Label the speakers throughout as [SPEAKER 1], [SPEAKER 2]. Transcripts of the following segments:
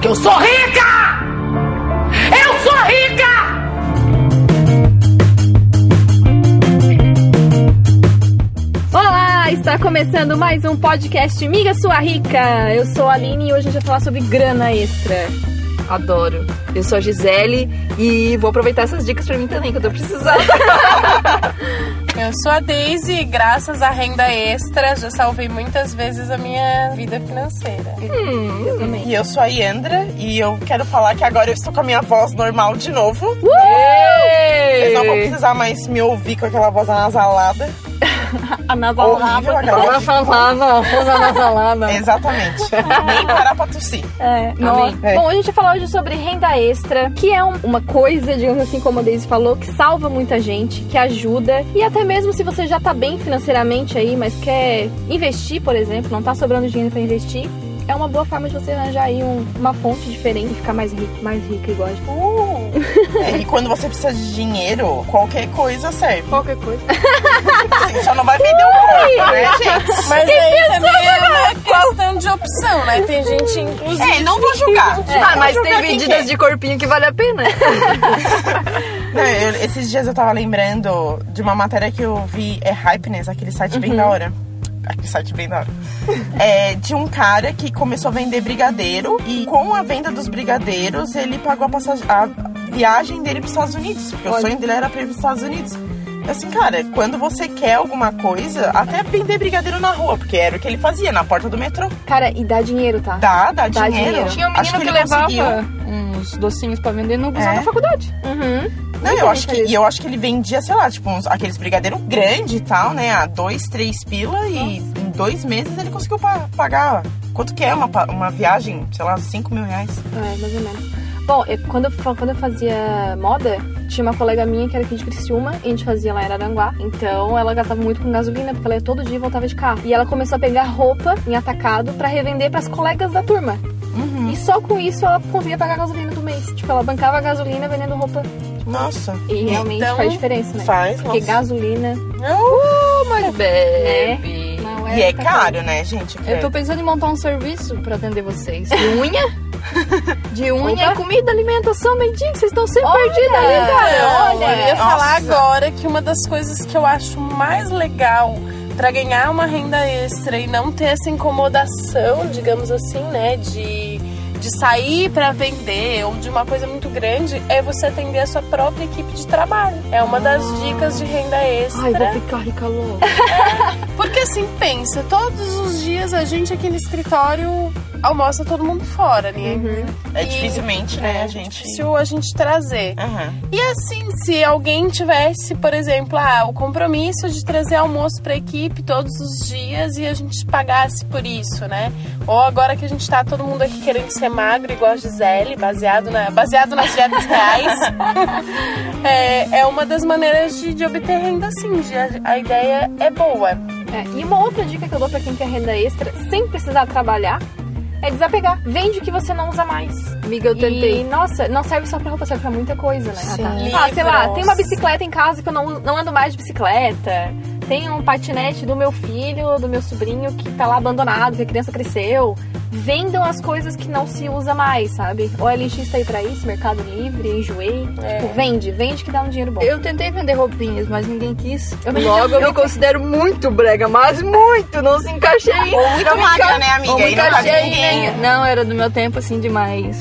[SPEAKER 1] que eu sou rica! Eu sou rica!
[SPEAKER 2] Olá, está começando mais um podcast Miga Sua Rica. Eu sou a Aline e hoje a gente vai falar sobre grana extra.
[SPEAKER 3] Adoro. Eu sou a Gisele e vou aproveitar essas dicas pra mim também, que eu tô precisando.
[SPEAKER 4] Eu sou a Daisy e graças à renda extra já salvei muitas vezes a minha vida financeira.
[SPEAKER 2] Eu também.
[SPEAKER 4] E eu sou a Yandra e eu quero falar que agora eu estou com a minha voz normal de novo. Vocês não vão precisar mais me ouvir com aquela voz anasalada.
[SPEAKER 2] A
[SPEAKER 4] Horrível aquela
[SPEAKER 3] Vamos
[SPEAKER 4] voz.
[SPEAKER 3] falar, não. Vamos falar, não.
[SPEAKER 4] Exatamente. Nem parar pra tossir.
[SPEAKER 2] É, nossa.
[SPEAKER 4] É.
[SPEAKER 2] Bom, a gente vai falar hoje sobre renda extra, que é um- uma coisa, digamos assim, como a Daisy falou, que salva muita gente, que ajuda. E até mesmo se você já tá bem financeiramente aí, mas quer investir, por exemplo, não tá sobrando dinheiro pra investir, é uma boa forma de você arranjar aí um- uma fonte diferente e ficar mais rico, mais rico igual a gente.
[SPEAKER 4] É, E quando você precisa de dinheiro, qualquer coisa serve.
[SPEAKER 3] Qualquer coisa.
[SPEAKER 4] Assim, só não vai vender um corpo, né, gente?
[SPEAKER 5] Mas aí também é uma questão de opção, né? Tem gente, inclusive.
[SPEAKER 4] É, não vou julgar.
[SPEAKER 3] ah,
[SPEAKER 4] Não
[SPEAKER 3] mas
[SPEAKER 4] vou
[SPEAKER 3] tem
[SPEAKER 4] julgar quem
[SPEAKER 3] vendidas
[SPEAKER 4] quer.
[SPEAKER 3] de corpinho que vale a pena.
[SPEAKER 4] Não, eu- esses dias eu tava lembrando de uma matéria que eu vi, é Hypeness, aquele site
[SPEAKER 2] Uhum.
[SPEAKER 4] bem da hora. Aquele site bem da hora. É, de um cara que começou a vender brigadeiro e com a venda dos brigadeiros ele pagou a, passagem, a viagem dele pros Estados Unidos. Porque o sonho dele era pra ir pros Estados Unidos. Eu Assim, cara, quando você quer alguma coisa, até vender brigadeiro na rua, porque era o que ele fazia, na porta do metrô.
[SPEAKER 2] Cara, e dá dinheiro, tá?
[SPEAKER 4] Dá, dá,
[SPEAKER 2] Dá
[SPEAKER 4] dinheiro.
[SPEAKER 2] dinheiro.
[SPEAKER 3] Tinha um
[SPEAKER 4] Acho
[SPEAKER 3] menino que,
[SPEAKER 4] ele
[SPEAKER 3] levava
[SPEAKER 4] conseguiu.
[SPEAKER 3] uns docinhos pra vender no busão
[SPEAKER 4] É.
[SPEAKER 3] da faculdade.
[SPEAKER 2] Uhum.
[SPEAKER 4] Não,
[SPEAKER 2] Muita
[SPEAKER 4] eu acho
[SPEAKER 2] gente
[SPEAKER 4] que,
[SPEAKER 2] fez.
[SPEAKER 4] e eu acho que ele vendia, sei lá, tipo, uns- aqueles brigadeiros grande e tal, né? A dois, três pila e em dois meses ele conseguiu pa- pagar. Quanto que é uma, pa- uma viagem? Sei lá, cinco mil reais.
[SPEAKER 2] É, mais ou menos. Bom, eu- quando, eu, fa- quando eu fazia moda, tinha uma colega minha que era aqui de Criciúma e a gente fazia lá em Araranguá. Então ela gastava muito com gasolina, porque ela ia todo dia e voltava de carro. E ela começou a pegar roupa em atacado pra revender pras colegas da turma.
[SPEAKER 4] Uhum.
[SPEAKER 2] E só com isso ela conseguia pagar a gasolina do mês. Tipo, ela bancava a gasolina vendendo roupa.
[SPEAKER 4] Nossa.
[SPEAKER 2] E realmente
[SPEAKER 5] Então,
[SPEAKER 2] faz diferença, né?
[SPEAKER 4] Faz,
[SPEAKER 2] Porque
[SPEAKER 4] nossa.
[SPEAKER 2] gasolina
[SPEAKER 3] Pô, mas bebe.
[SPEAKER 2] não é.
[SPEAKER 4] E é
[SPEAKER 2] outra
[SPEAKER 4] caro, né, gente?
[SPEAKER 5] Eu tô pensando em montar um serviço pra atender vocês. De unha? De unha
[SPEAKER 2] Opa.
[SPEAKER 5] e comida, alimentação, meio-dia, que vocês estão sempre perdidos
[SPEAKER 2] Olha,
[SPEAKER 5] aí, cara. Então, Olha,
[SPEAKER 2] É, olha.
[SPEAKER 5] olha.
[SPEAKER 4] ia
[SPEAKER 5] Eu...
[SPEAKER 4] Nossa. falar
[SPEAKER 5] agora que uma das coisas que eu acho mais legal para ganhar uma renda extra e não ter essa incomodação, digamos assim, né, de, de sair para vender ou de uma coisa muito grande, é você atender a sua própria equipe de trabalho. É uma das dicas de renda extra.
[SPEAKER 2] Ah. Ai, vou ficar rica louca.
[SPEAKER 5] Porque assim, pensa, todos os dias a gente aqui no escritório almoça todo mundo fora, né?
[SPEAKER 2] Uhum.
[SPEAKER 4] É
[SPEAKER 5] E-
[SPEAKER 4] dificilmente,
[SPEAKER 5] é,
[SPEAKER 4] né,
[SPEAKER 2] É,
[SPEAKER 4] a gente.
[SPEAKER 5] Difícil a gente trazer.
[SPEAKER 4] Aham.
[SPEAKER 5] E assim, se alguém tivesse, por exemplo, ah, o compromisso de trazer almoço pra equipe todos os dias e a gente pagasse por isso, né? Ou agora que a gente tá todo mundo aqui querendo ser magro, igual a Gisele, baseado, na, baseado nas dietas reais, é, é uma das maneiras de, de obter renda, sim. de- a- a ideia é boa.
[SPEAKER 2] É, e uma outra dica que eu dou pra quem quer renda extra, sem precisar trabalhar, é desapegar. Vende o que você não usa mais.
[SPEAKER 3] Amiga, eu tentei.
[SPEAKER 2] E, nossa, não serve só pra roupa, serve pra muita coisa, né?
[SPEAKER 4] Sim.
[SPEAKER 2] Ah, sei lá,
[SPEAKER 5] Livros.
[SPEAKER 2] tem uma bicicleta em casa que eu não, não ando mais de bicicleta. Tem um patinete do meu filho, do meu sobrinho, que tá lá abandonado, que a criança cresceu. Vendam as coisas que não se usa mais, sabe? OLX tá aí pra isso, Mercado Livre, enjoei. Tipo, vende, vende que dá um dinheiro bom.
[SPEAKER 3] É. Eu tentei vender roupinhas, mas ninguém quis.
[SPEAKER 2] Eu-
[SPEAKER 3] Logo, eu me considero muito brega, mas muito. Não se encaixei.
[SPEAKER 6] Tá
[SPEAKER 4] Ou muito
[SPEAKER 3] não me
[SPEAKER 4] magra,
[SPEAKER 3] enca-
[SPEAKER 4] né, amiga?
[SPEAKER 3] Ou
[SPEAKER 4] E
[SPEAKER 3] muito
[SPEAKER 4] não cabe
[SPEAKER 3] achei,
[SPEAKER 4] ninguém.
[SPEAKER 3] né? Não, era do meu tempo, assim, demais.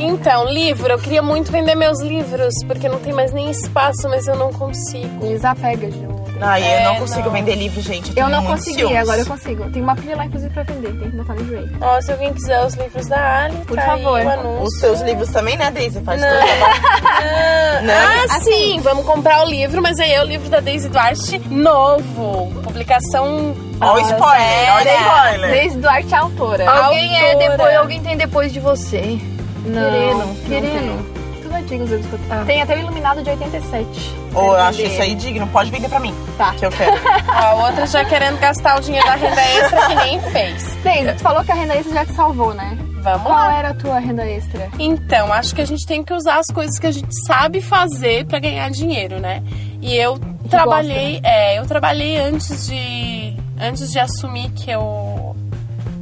[SPEAKER 5] Então, livro, eu queria muito vender meus livros, porque não tem mais nem espaço, mas eu não consigo.
[SPEAKER 2] Desapega, Gil.
[SPEAKER 4] Ai, eu
[SPEAKER 5] É,
[SPEAKER 4] não consigo
[SPEAKER 5] não.
[SPEAKER 4] vender livro, gente. Eu,
[SPEAKER 2] Eu
[SPEAKER 4] tenho
[SPEAKER 2] não
[SPEAKER 4] muito
[SPEAKER 2] consegui,
[SPEAKER 4] ciúmes.
[SPEAKER 2] agora eu consigo. Tem uma pilha lá, inclusive, pra vender. Tem que botar no joelho.
[SPEAKER 5] Ó, se alguém quiser os livros da Ali,
[SPEAKER 2] Por
[SPEAKER 5] tá
[SPEAKER 2] favor.
[SPEAKER 5] aí o anúncio.
[SPEAKER 4] Os seus livros também, né, Daisy? Faz
[SPEAKER 5] Não.
[SPEAKER 4] todo o trabalho.
[SPEAKER 5] Ah,
[SPEAKER 4] Não.
[SPEAKER 5] ah, sim, vamos comprar o livro, mas aí é o livro da Daisy Duarte novo. Publicação.
[SPEAKER 4] Ó, o
[SPEAKER 5] Ah,
[SPEAKER 4] spoiler, olha o
[SPEAKER 5] séria.
[SPEAKER 4] spoiler.
[SPEAKER 2] Desde Duarte, a autora.
[SPEAKER 3] Alguém é
[SPEAKER 5] Autora.
[SPEAKER 3] depois, alguém tem depois de você.
[SPEAKER 2] Querendo,
[SPEAKER 3] Querendo,
[SPEAKER 2] querendo.
[SPEAKER 3] querendo.
[SPEAKER 2] Tudo antigo os livros que eu tenho.
[SPEAKER 3] Ah.
[SPEAKER 2] Tem até o Iluminado de 87.
[SPEAKER 4] Ou eu acho
[SPEAKER 2] Vender.
[SPEAKER 4] isso aí digno. Pode vender pra mim,
[SPEAKER 2] Tá.
[SPEAKER 4] que eu quero.
[SPEAKER 5] A outra já querendo gastar o dinheiro da renda extra que nem fez.
[SPEAKER 2] Deise, tu falou que a renda extra já te salvou, né?
[SPEAKER 5] Vamos lá.
[SPEAKER 2] Qual era a tua renda extra?
[SPEAKER 5] Então, acho que a gente tem que usar as coisas que a gente sabe fazer pra ganhar dinheiro, né? E eu trabalhei, é, eu trabalhei antes de antes de assumir que eu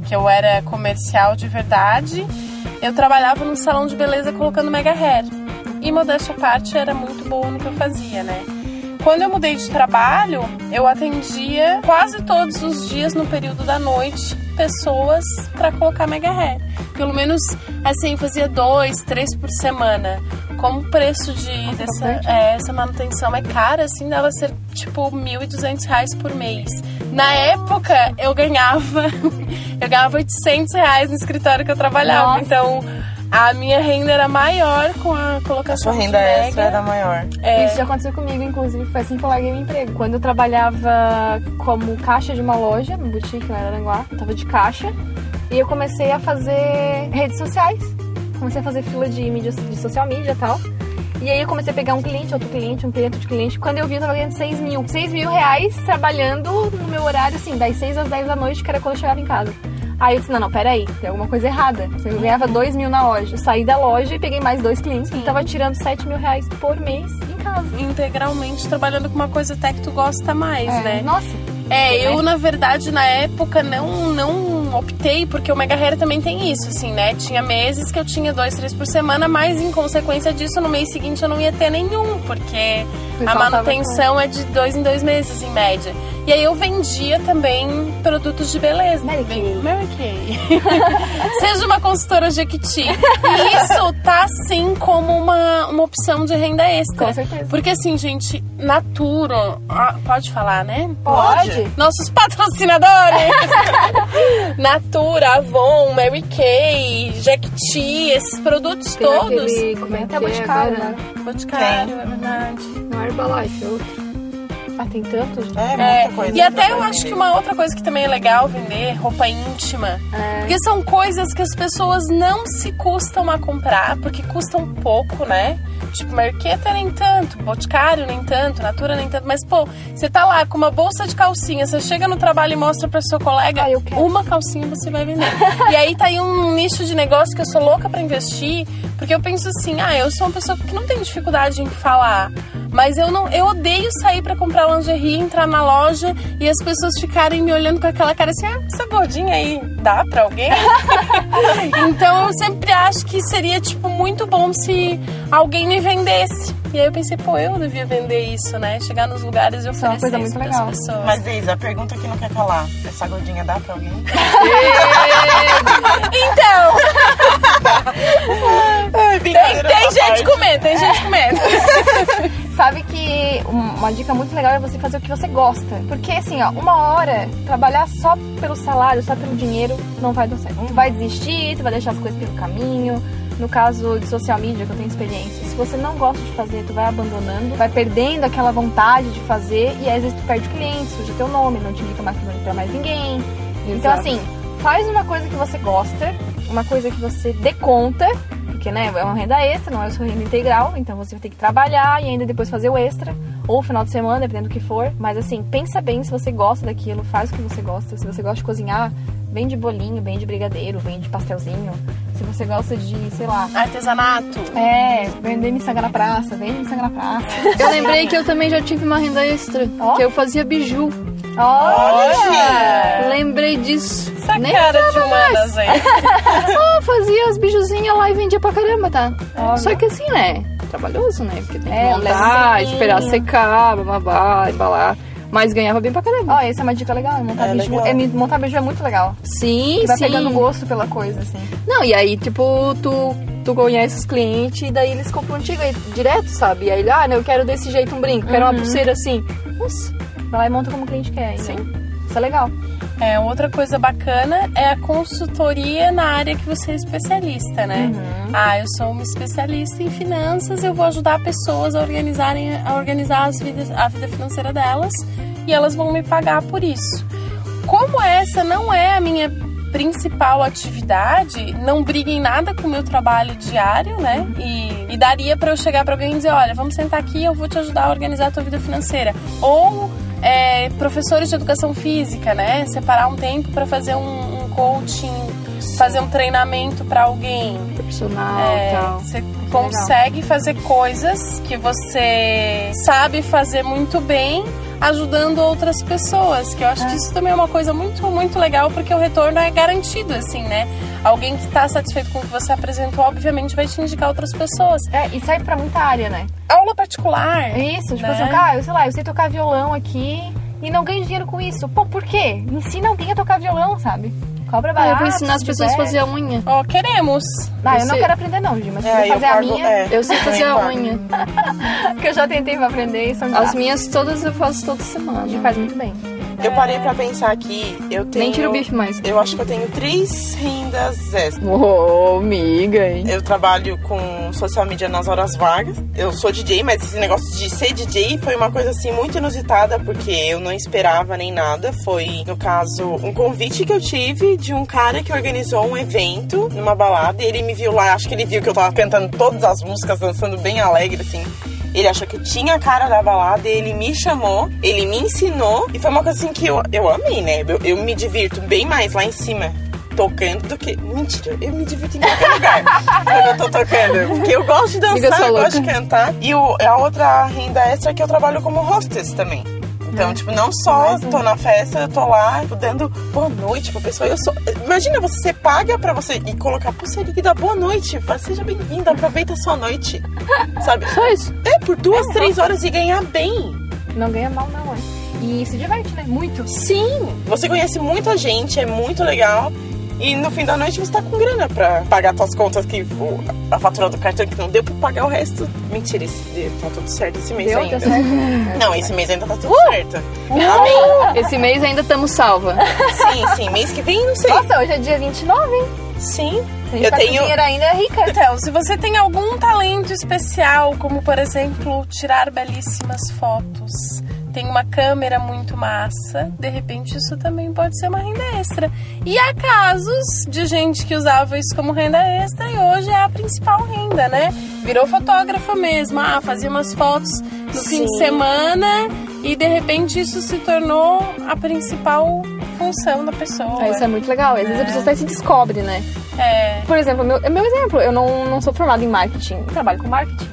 [SPEAKER 5] que eu era comercial de verdade. Eu trabalhava num salão de beleza colocando mega hair. E modéstia à parte, era muito boa no que eu fazia, né? Quando eu mudei de trabalho, eu atendia quase todos os dias no período da noite pessoas para colocar mega hair. Pelo menos assim, fazia dois, três por semana. Como o preço de dessa, é, essa manutenção é cara, assim, dava ser tipo 1.200 reais por mês. Na época, eu ganhava, eu ganhava 800 reais no escritório que eu trabalhava.
[SPEAKER 2] Nossa.
[SPEAKER 5] Então, a minha renda era maior com a
[SPEAKER 4] A
[SPEAKER 5] colocação
[SPEAKER 4] sua renda
[SPEAKER 5] de mega.
[SPEAKER 4] extra era maior.
[SPEAKER 5] É.
[SPEAKER 2] Isso já aconteceu comigo, inclusive, foi assim que eu larguei meu emprego. Quando eu trabalhava como caixa de uma loja, no boutique lá em Aranguá, eu tava de caixa, e eu comecei a fazer redes sociais. Comecei a fazer fila de, mídia, de social media e tal. E aí eu comecei a pegar um cliente, outro cliente, um cliente, outro cliente. Quando eu vi, eu tava ganhando 6 mil. 6 mil reais trabalhando no meu horário, assim, das 6 às 10 da noite, que era quando eu chegava em casa. Aí eu disse, não, não, peraí, tem alguma coisa errada. Eu ganhava 2 mil na loja. Eu saí da loja e peguei mais dois clientes. E tava tirando 7 mil reais por mês em casa.
[SPEAKER 5] integralmente trabalhando com uma coisa até que tu gosta mais, né?
[SPEAKER 2] Nossa.
[SPEAKER 5] É,
[SPEAKER 4] né?
[SPEAKER 5] eu na verdade na época não não optei porque o Mega Hair também tem isso, assim, né? Tinha meses que eu tinha dois, três por semana, mas em consequência disso no mês seguinte eu não ia ter nenhum porque a manutenção é de dois em dois meses em média. E aí eu vendia também produtos de beleza.
[SPEAKER 2] Mary Kay.
[SPEAKER 5] Ven- Mary Kay. Seja uma consultora Jequiti. E isso tá sim como uma, uma opção de renda extra.
[SPEAKER 2] Com certeza.
[SPEAKER 5] Porque assim, gente, Naturo, ah, pode falar, né?
[SPEAKER 4] Pode?
[SPEAKER 5] Nossos patrocinadores! Natura, Avon, Mary Kay, Jequiti, esses produtos
[SPEAKER 6] Tem
[SPEAKER 5] todos.
[SPEAKER 6] aquele- como é que
[SPEAKER 2] Até
[SPEAKER 6] é
[SPEAKER 2] Boticário,
[SPEAKER 6] agora?
[SPEAKER 2] né?
[SPEAKER 5] Boticário, é verdade.
[SPEAKER 6] Não é Herbalife, é outro.
[SPEAKER 2] Ah, tem tanto, gente.
[SPEAKER 4] É,
[SPEAKER 5] É,
[SPEAKER 4] muita coisa.
[SPEAKER 5] e até eu acho que uma outra coisa que também é legal vender, roupa íntima.
[SPEAKER 4] É.
[SPEAKER 5] Porque são coisas que as pessoas não se custam a comprar, porque custam pouco, né? Tipo, Marqueta nem tanto, Boticário nem tanto, Natura nem tanto. Mas, pô, você tá lá com uma bolsa de calcinha, você chega no trabalho e mostra pra seu colega,
[SPEAKER 2] Ah, eu quero.
[SPEAKER 5] uma calcinha você vai vender. e aí tá aí um nicho de negócio que eu sou louca pra investir, porque eu penso assim, ah, eu sou uma pessoa que não tem dificuldade em falar. Mas eu não, eu odeio sair pra comprar lingerie, entrar na loja e as pessoas ficarem me olhando com aquela cara assim, ah, essa gordinha aí dá pra alguém? Então eu sempre acho que seria, tipo, muito bom se alguém me vendesse. E aí eu pensei, pô, eu devia vender isso, né? Chegar nos lugares e
[SPEAKER 2] Isso é uma coisa
[SPEAKER 5] oferecer isso
[SPEAKER 2] muito
[SPEAKER 5] pras
[SPEAKER 2] legal.
[SPEAKER 5] pessoas.
[SPEAKER 4] Mas, Isa, a pergunta que não quer calar. Essa gordinha dá pra alguém?
[SPEAKER 5] Então, tem,
[SPEAKER 4] Brincadeira
[SPEAKER 5] tem
[SPEAKER 4] da
[SPEAKER 5] gente
[SPEAKER 4] parte.
[SPEAKER 5] comendo, tem
[SPEAKER 2] É.
[SPEAKER 5] gente comendo.
[SPEAKER 2] Sabe que um- uma dica muito legal é você fazer o que você gosta. Porque assim, ó, uma hora trabalhar só pelo salário, só pelo dinheiro, não vai dar certo. Tu vai desistir, tu vai deixar as coisas pelo caminho. No caso de social media, que eu tenho experiência, se você não gosta de fazer, tu vai abandonando, vai perdendo aquela vontade de fazer e aí, às vezes tu perde cliente, suja teu nome, não te indica mais pra mais ninguém. Então, assim, faz uma coisa que você gosta, uma coisa que você dê conta, porque, né, é uma renda extra, não é a sua renda integral, então você vai ter que trabalhar e ainda depois fazer o extra, ou final de semana, dependendo do que for. Mas, assim, pensa bem se você gosta daquilo, faz o que você gosta. Se você gosta de cozinhar, vende bolinho, vende brigadeiro, vende pastelzinho. Se você gosta de, sei lá...
[SPEAKER 5] Artesanato.
[SPEAKER 2] É, vender miçanga na praça, vende miçanga na praça.
[SPEAKER 6] Eu lembrei que eu também já tive uma renda extra.
[SPEAKER 2] Ó.
[SPEAKER 6] Que eu fazia biju.
[SPEAKER 4] Olha!
[SPEAKER 6] Lembrei disso.
[SPEAKER 5] Essa
[SPEAKER 6] Nem
[SPEAKER 5] cara de humanas, hein?
[SPEAKER 6] eu fazia as bijuzinhas lá e vendia pra caramba, tá?
[SPEAKER 2] Ó,
[SPEAKER 6] Só que assim, né? Trabalhoso, né? Porque tem que
[SPEAKER 2] É,
[SPEAKER 6] montar,
[SPEAKER 2] levinho.
[SPEAKER 6] esperar secar, bababá, embalar. Mas ganhava bem pra caramba.
[SPEAKER 2] Ó, essa é uma dica legal, montar
[SPEAKER 4] É
[SPEAKER 2] biju.
[SPEAKER 4] legal.
[SPEAKER 2] É, montar biju é muito legal.
[SPEAKER 6] Sim,
[SPEAKER 2] Você vai
[SPEAKER 6] sim.
[SPEAKER 2] pegando gosto pela coisa, assim.
[SPEAKER 6] Não, e aí, tipo, tu, tu conhece os clientes e daí eles compram contigo aí direto, sabe? E aí, ah, não, eu quero desse jeito um brinco,
[SPEAKER 3] Uhum.
[SPEAKER 6] quero uma pulseira assim. Nossa,
[SPEAKER 2] Vai lá e monta como o cliente quer. Sim. Isso é legal.
[SPEAKER 5] É, outra coisa bacana é a consultoria na área que você é especialista,
[SPEAKER 2] Uhum.
[SPEAKER 5] né?
[SPEAKER 3] Uhum.
[SPEAKER 5] Ah, eu sou uma especialista em finanças, eu vou ajudar pessoas a organizarem, a organizar as vidas, a vida financeira delas e elas vão me pagar por isso. Como essa não é a minha principal atividade, não briga em nada com o meu trabalho diário, né? E, e daria pra eu chegar pra alguém e dizer, olha, vamos sentar aqui, eu vou te ajudar a organizar a tua vida financeira. Ou é, professores de educação física, né? Separar um tempo pra fazer um, um coaching, fazer um treinamento pra alguém.
[SPEAKER 6] personal e
[SPEAKER 5] É,
[SPEAKER 6] tal.
[SPEAKER 5] Você consegue fazer coisas que você sabe fazer muito bem, ajudando outras pessoas, que eu acho que isso também é uma coisa muito, muito legal, porque o retorno é garantido, assim, né? Alguém que tá satisfeito com o que você apresentou, obviamente, vai te indicar outras pessoas.
[SPEAKER 2] É, e serve pra muita área, né?
[SPEAKER 5] Aula particular.
[SPEAKER 2] Isso, tipo
[SPEAKER 5] Né?
[SPEAKER 2] assim, cara, eu sei lá, eu sei tocar violão aqui e não ganho dinheiro com isso. Pô, por quê? Ensina alguém a tocar violão, sabe? Cobra
[SPEAKER 3] Ah,
[SPEAKER 2] barato.
[SPEAKER 3] eu vou ensinar as
[SPEAKER 2] se
[SPEAKER 3] pessoas a
[SPEAKER 2] tiver.
[SPEAKER 3] fazer a unha.
[SPEAKER 5] Ó, queremos.
[SPEAKER 2] Ah, eu não
[SPEAKER 3] você-
[SPEAKER 2] quero aprender não, Gi, mas se
[SPEAKER 4] É,
[SPEAKER 2] você
[SPEAKER 4] eu
[SPEAKER 2] fazer a
[SPEAKER 4] pago-
[SPEAKER 2] minha,
[SPEAKER 4] é,
[SPEAKER 3] Eu sei
[SPEAKER 4] eu
[SPEAKER 3] fazer a
[SPEAKER 4] pago.
[SPEAKER 3] unha.
[SPEAKER 2] que eu já tentei pra aprender, são de
[SPEAKER 3] As
[SPEAKER 2] graça.
[SPEAKER 3] minhas todas eu faço toda semana.
[SPEAKER 2] Gi faz muito bem.
[SPEAKER 4] Eu parei pra pensar aqui, eu tenho...
[SPEAKER 3] Nem tiro o bife mais.
[SPEAKER 4] Eu acho que eu tenho três rendas extras.
[SPEAKER 7] Ô, amiga, hein?
[SPEAKER 4] Eu trabalho com social media nas horas vagas. Eu sou DJ, mas esse negócio de ser DJ foi uma coisa assim muito inusitada, porque eu não esperava nem nada. Foi, no caso, um convite que eu tive de um cara que organizou um evento numa balada e ele me viu lá, acho que ele viu que eu tava cantando todas as músicas, dançando bem alegre, assim. Ele achou que eu tinha a cara da balada, ele me chamou, ele me ensinou, e foi uma coisa assim que eu, eu amei, né? Eu, eu me divirto bem mais lá em cima tocando do que. Mentira, eu me divirto em qualquer lugar quando eu tô tocando. Porque eu gosto de
[SPEAKER 3] Amiga,
[SPEAKER 4] dançar,
[SPEAKER 3] sou
[SPEAKER 4] eu
[SPEAKER 3] louca.
[SPEAKER 4] gosto de cantar. E o- é a outra renda extra é que eu trabalho como hostess também. Então,
[SPEAKER 3] Hum.
[SPEAKER 4] tipo, não só
[SPEAKER 3] um.
[SPEAKER 4] tô na festa, eu tô lá tipo, dando boa noite pra pessoa. Eu sou. Imagina você ser paga pra você e colocar a pulseirinha e dar boa noite. Fala, seja bem-vindo, aproveita a sua noite. Sabe?
[SPEAKER 3] Só isso.
[SPEAKER 4] É por duas, três horas e ganhar bem.
[SPEAKER 2] Não ganha mal não, é. E se diverte, né? Muito.
[SPEAKER 4] Sim, você conhece muita gente, é muito legal. E no fim da noite você tá com grana pra pagar suas contas que o- a fatura do cartão que não deu pra pagar o resto. Mentira, esse, tá tudo certo esse mês
[SPEAKER 2] Deu,
[SPEAKER 4] ainda.
[SPEAKER 2] deu certo? Uh!
[SPEAKER 4] Não, esse mês ainda tá tudo certo. Amém.
[SPEAKER 3] Esse mês ainda estamos salva.
[SPEAKER 4] Sim, sim, mês que vem não sei.
[SPEAKER 2] Nossa, hoje é dia 29, hein?
[SPEAKER 4] Sim.
[SPEAKER 2] Se a gente
[SPEAKER 4] Eu
[SPEAKER 2] tá com
[SPEAKER 4] tenho-
[SPEAKER 2] dinheiro ainda, é rica.
[SPEAKER 5] Então, se você tem algum talento especial, como por exemplo, tirar belíssimas fotos, tem uma câmera muito massa, de repente isso também pode ser uma renda extra. E há casos de gente que usava isso como renda extra e hoje é a principal renda, né? Virou fotógrafa mesmo, ah, fazia umas fotos no fim de semana e de repente isso se tornou a principal função da pessoa.
[SPEAKER 3] Ah, isso é muito legal. Às vezes a pessoa até se descobre, né?
[SPEAKER 5] É.
[SPEAKER 3] Por exemplo, meu, é meu exemplo, eu não, não sou formada em marketing, eu trabalho com marketing.